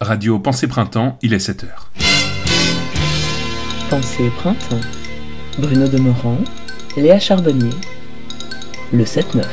Radio Pensée Printemps, il est 7h. Pensée Printemps. Bruno Demorand, Léa Charbonnier, le 7-9.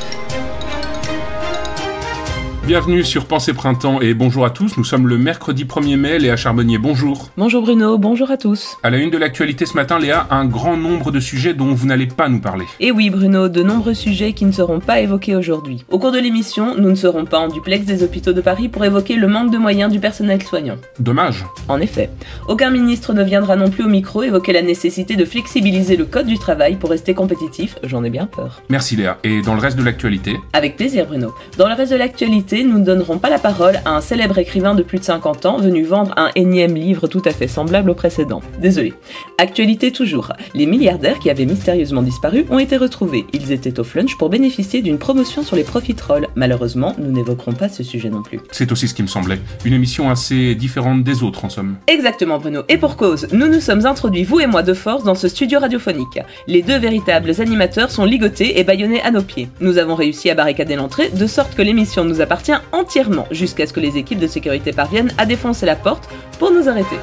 Bienvenue sur Pensée Printemps et bonjour à tous. Nous sommes le mercredi 1er mai. Léa Charbonnier, bonjour. Bonjour Bruno, bonjour à tous. À la une de l'actualité ce matin, Léa, un grand nombre de sujets dont vous n'allez pas nous parler. Et oui Bruno, de nombreux sujets qui ne seront pas évoqués aujourd'hui. Au cours de l'émission, nous ne serons pas en duplex des hôpitaux de Paris pour évoquer le manque de moyens du personnel soignant. Dommage. En effet, aucun ministre ne viendra non plus au micro évoquer la nécessité de flexibiliser le code du travail pour rester compétitif, j'en ai bien peur. Merci Léa. Et dans le reste de l'actualité, Avec plaisir Bruno. Dans le reste de l'actualité, nous ne donnerons pas la parole à un célèbre écrivain de plus de 50 ans venu vendre un énième livre tout à fait semblable au précédent. Désolé. Actualité toujours. Les milliardaires qui avaient mystérieusement disparu ont été retrouvés. Ils étaient au flunch pour bénéficier d'une promotion sur les profiteroles. Malheureusement, nous n'évoquerons pas ce sujet non plus. c'est aussi ce qui me semblait. Une émission assez différente des autres en somme. Exactement Bruno, et pour cause, nous nous sommes introduits, vous et moi de force, dans ce studio radiophonique. Les deux véritables animateurs sont ligotés et bâillonnés à nos pieds. Nous avons réussi à barricader l'entrée, de sorte que l'émission nous appartient entièrement, jusqu'à ce que les équipes de sécurité parviennent à défoncer la porte pour nous arrêter.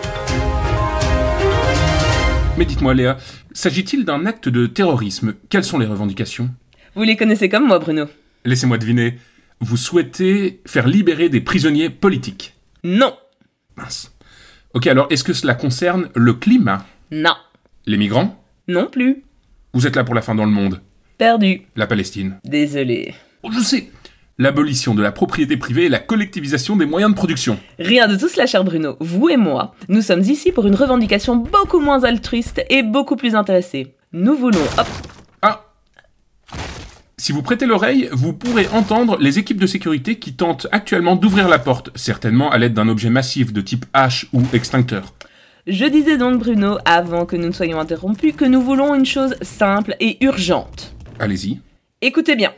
Mais dites-moi Léa, s'agit-il d'un acte de terrorisme Quelles sont les revendications Vous les connaissez comme moi Bruno Laissez-moi deviner. Vous souhaitez faire libérer des prisonniers politiques. Non Mince. Ok, alors est-ce que cela concerne le climat Non Les migrants Non plus Vous êtes là pour la fin dans le monde. Perdu La Palestine. Désolé. Oh, je sais L'abolition de la propriété privée et la collectivisation des moyens de production. Rien de tout cela, cher Bruno. Vous et moi, nous sommes ici pour une revendication beaucoup moins altruiste et beaucoup plus intéressée. Nous voulons, hop, Ah Si vous prêtez l'oreille, vous pourrez entendre les équipes de sécurité qui tentent actuellement d'ouvrir la porte, certainement à l'aide d'un objet massif de type hache ou extincteur. Je disais donc, Bruno, avant que nous ne soyons interrompus, que nous voulons une chose simple et urgente. Allez-y. Écoutez bien.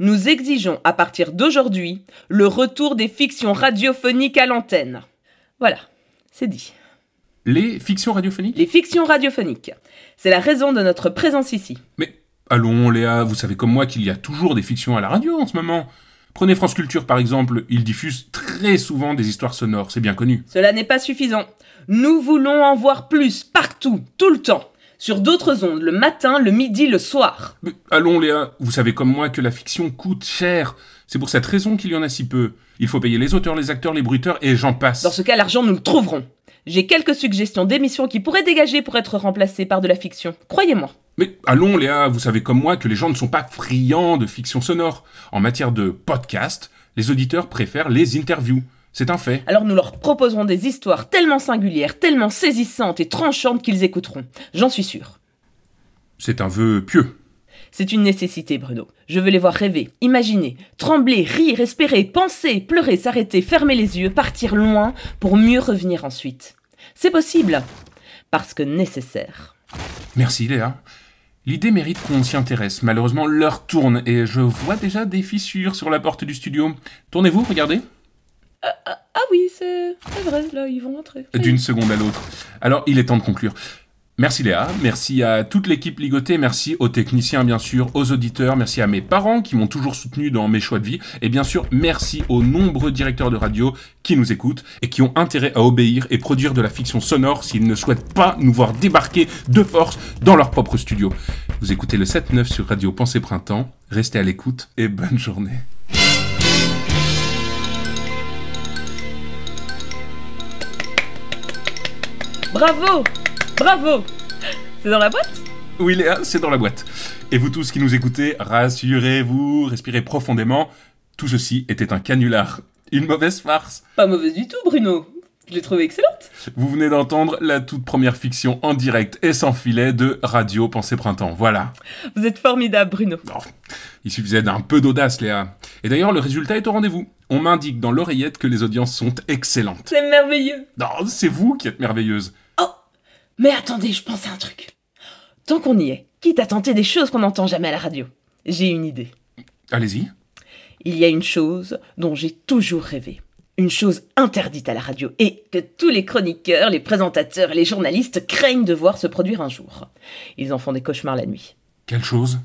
Nous exigeons, à partir d'aujourd'hui, le retour des fictions radiophoniques à l'antenne. Voilà, c'est dit. Les fictions radiophoniques Les fictions radiophoniques. C'est la raison de notre présence ici. Mais allons Léa, vous savez comme moi qu'il y a toujours des fictions à la radio en ce moment. Prenez France Culture par exemple, ils diffusent très souvent des histoires sonores, c'est bien connu. Cela n'est pas suffisant. Nous voulons en voir plus, partout, tout le temps. Sur d'autres ondes, le matin, le midi, le soir. Mais allons Léa, vous savez comme moi que la fiction coûte cher. C'est pour cette raison qu'il y en a si peu. Il faut payer les auteurs, les acteurs, les bruiteurs et j'en passe. Dans ce cas, l'argent, nous le trouverons. J'ai quelques suggestions d'émissions qui pourraient dégager pour être remplacées par de la fiction. Croyez-moi. Mais allons Léa, vous savez comme moi que les gens ne sont pas friands de fiction sonore. En matière de podcast, les auditeurs préfèrent les interviews. C'est un fait. Alors nous leur proposerons des histoires tellement singulières, tellement saisissantes et tranchantes qu'ils écouteront. J'en suis sûr. C'est un vœu pieux. C'est une nécessité, Bruno. Je veux les voir rêver, imaginer, trembler, rire, espérer, penser, pleurer, s'arrêter, fermer les yeux, partir loin pour mieux revenir ensuite. C'est possible. Parce que nécessaire. Merci Léa. L'idée mérite qu'on s'y intéresse. Malheureusement, l'heure tourne et je vois déjà des fissures sur la porte du studio. Tournez-vous, regardez. Ah oui, c'est vrai, là, ils vont rentrer. D'une seconde à l'autre. Alors, il est temps de conclure. Merci Léa, merci à toute l'équipe ligotée, merci aux techniciens bien sûr, aux auditeurs, merci à mes parents qui m'ont toujours soutenu dans mes choix de vie, et bien sûr merci aux nombreux directeurs de radio qui nous écoutent et qui ont intérêt à obéir et produire de la fiction sonore s'ils ne souhaitent pas nous voir débarquer de force dans leur propre studio. Vous écoutez le 7-9 sur Radio Pensée Printemps, restez à l'écoute et bonne journée. Bravo Bravo C'est dans la boîte Oui Léa, hein, c'est dans la boîte. Et vous tous qui nous écoutez, rassurez-vous, respirez profondément. Tout ceci était un canular, une mauvaise farce. Pas mauvaise du tout, Bruno. Je l'ai trouvée excellente. Vous venez d'entendre la toute première fiction en direct et sans filet de Radio Pensée Printemps. Voilà. Vous êtes formidable, Bruno. Oh, il suffisait d'un peu d'audace, Léa. Et d'ailleurs, le résultat est au rendez-vous. On m'indique dans l'oreillette que les audiences sont excellentes. C'est merveilleux. Non, c'est vous qui êtes merveilleuse. Mais attendez, je pense à un truc. Tant qu'on y est, quitte à tenter des choses qu'on n'entend jamais à la radio, j'ai une idée. Allez-y. Il y a une chose dont j'ai toujours rêvé. Une chose interdite à la radio et que tous les chroniqueurs, les présentateurs et les journalistes craignent de voir se produire un jour. Ils en font des cauchemars la nuit. Quelle chose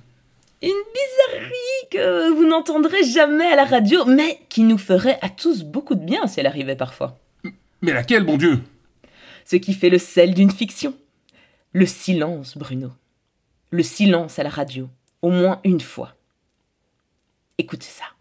Une bizarrerie que vous n'entendrez jamais à la radio, mais qui nous ferait à tous beaucoup de bien si elle arrivait parfois. Mais laquelle, bon Dieu ce qui fait le sel d'une fiction. Le silence, Bruno. Le silence à la radio, au moins une fois. Écoutez ça.